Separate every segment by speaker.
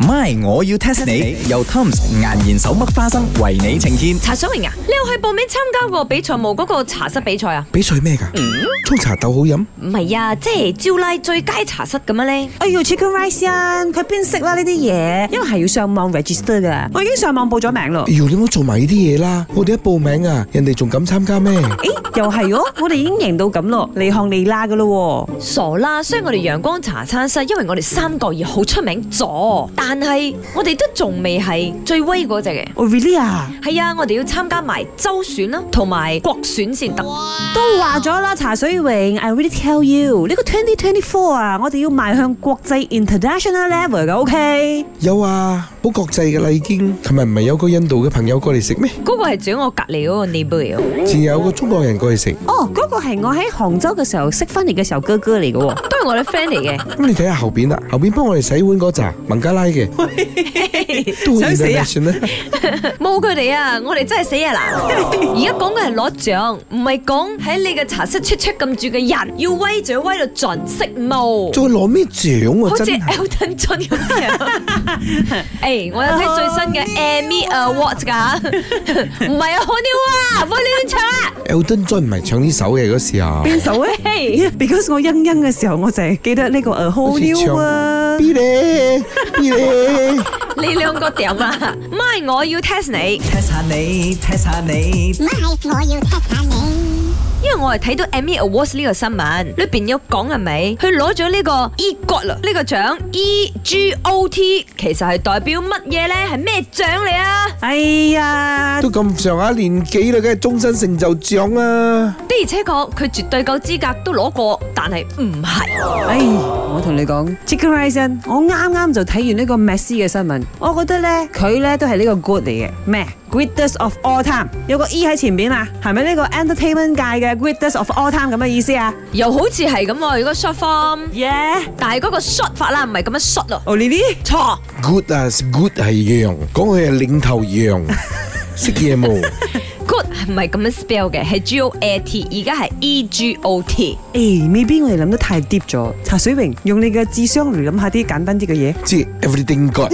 Speaker 1: My，我要 test 你。由 Tom's 岩鹽手剝花生為你呈現。
Speaker 2: 茶水榮啊，你有去報名參加過比賽冇？嗰個茶室比賽啊？
Speaker 3: 比賽咩㗎？沖茶豆好飲，
Speaker 2: 唔係啊，即係招拉最佳茶室咁樣咧。
Speaker 4: 哎呦，Chicken Rice 啊，佢邊識啦呢啲嘢？因為係要上網 register 㗎。我已經上網報咗名咯。
Speaker 3: 要你唔好做埋呢啲嘢啦！我哋一報名啊，人哋仲敢參加咩？
Speaker 4: 誒，又係喎，我哋已經贏到咁咯，你行你啦㗎咯
Speaker 2: 傻啦，雖然我哋陽光茶餐室，因為我哋三角而好出名咗，但係我哋都仲未係最威嗰隻嘅。
Speaker 4: 喎。哦，really 啊？
Speaker 2: 係啊，我哋要參加埋州選啦，同埋國選先得。
Speaker 4: 都話咗啦，茶水榮，I really tell you，呢個2024啊，我哋要邁向國際 international level 㗎，OK？
Speaker 3: 有啊，好國際嘅啦已經。琴日唔係有個印度嘅朋友過嚟食咩？
Speaker 2: 嗰個係住喺我隔離嗰啊個 neighbor 嚟嘅
Speaker 3: 前有個中國人過嚟食，
Speaker 4: 哦，嗰個係我喺杭州嘅時候識翻嚟嘅時候哥哥嚟嘅喎。
Speaker 2: 都係我哋 friend 嚟嘅。
Speaker 3: 咁你睇下後邊啦，後邊幫我哋洗碗嗰扎孟加拉 嘅，都好
Speaker 4: 想死啊
Speaker 3: international 咧。
Speaker 2: 冇佢哋啊！我哋真係死啊嗱！ 而家講嘅係攞獎，唔係講喺你嘅茶室出出咁住嘅人，要威就要威到盡色冇。
Speaker 3: 再攞咩獎啊？
Speaker 2: 好似
Speaker 3: 真係
Speaker 2: Elton John 咁 樣，誒，我有睇最新嘅 Emmy Awards 㗎，唔係啊，好料啊，唔好亂唱啊！
Speaker 3: Elton John 唔係唱呢首嘅嗰時候，
Speaker 4: 邊 首咧？Because 我欣欣嘅時候，我就係記得呢個誒好
Speaker 3: 好似
Speaker 4: 料
Speaker 3: 唱。
Speaker 4: 啊
Speaker 3: B 咧 B 咧。
Speaker 2: 你兩個點啊？唔係，我要 test 你，
Speaker 1: test 下你，test 下你。
Speaker 5: My，我要 test 下你。
Speaker 2: 因為我係睇到 Emmy Awards 呢個新聞，裏邊有講係咪？佢攞咗呢個 E GOT 啦，呢個獎 E G O T 其實係代表乜嘢咧？係咩獎嚟啊？
Speaker 4: 哎呀，
Speaker 3: 都咁上下年紀啦，梗係終身成就獎啦。
Speaker 2: 的而且確，佢絕對夠資格都攞過，但係唔係。
Speaker 4: 唉，哎我同你講，Chicken Rice，我啊啱啱就睇完呢個 Messi 嘅新聞，我覺得咧佢咧都係呢個 good 嚟嘅咩？Greatest of all time，有個 E 喺前邊啊，係咪呢個 entertainment 界嘅 greatest of all time 咁嘅意思啊
Speaker 2: 又好似係咁喎，如果 short form，
Speaker 4: ？Yeah，
Speaker 2: 但係嗰個 short 法啦，唔係咁樣 short 咯。
Speaker 4: 哦呢啲
Speaker 2: 錯，
Speaker 3: Good 啊，Good 係羊，講佢係領頭 羊，識嘢冇？
Speaker 2: good 唔係咁樣 spell 嘅，係 G O A T，而家係 E G O T。
Speaker 4: 誒，未必我哋諗得太 deep 咗。茶水榮用你嘅智商嚟諗下啲簡單啲嘅嘢。
Speaker 3: 即係 everything God，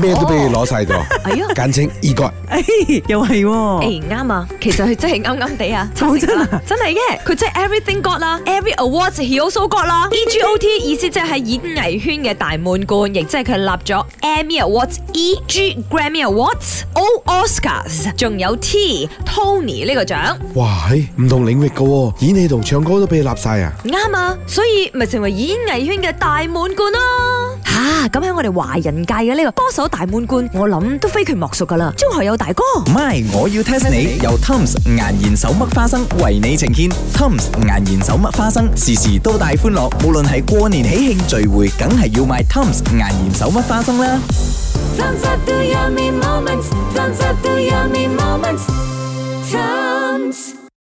Speaker 3: 咩都俾你攞晒咗，
Speaker 2: 係啊，
Speaker 3: 簡稱 E God。
Speaker 4: 哎，又係喎。
Speaker 2: 誒啱啊，其實佢真係啱啱地啊，
Speaker 4: 講哦真啊
Speaker 2: 真係嘅，佢真係 everything got 啦，every awards he also got 啦，E G O T 意思即係演藝圈嘅大滿貫，亦即係佢立咗 Emmy Awards、E G Grammy Awards、O Oscars，仲有 T Tony 呢個獎，
Speaker 3: 哇，嘿唔同領域嘅喎，演戲同唱歌都俾你立晒啊！
Speaker 2: 啱啊，所以咪成為演藝圈嘅大滿貫咯。吓，啊咁喺我哋華人界嘅呢個歌手大滿貫，我諗都非佢莫屬噶啦，張學友大哥。
Speaker 1: My，我要 test 你。由 Tom's 岩鹽手剝花生為你呈現。Tom's 岩鹽手剝花生，時時都大歡樂。無論係過年喜慶聚會，梗係要買 Tom's 岩鹽手剝花生啦。
Speaker 6: Thumbs up to yummy moments. Thumbs up to yummy moments. Time.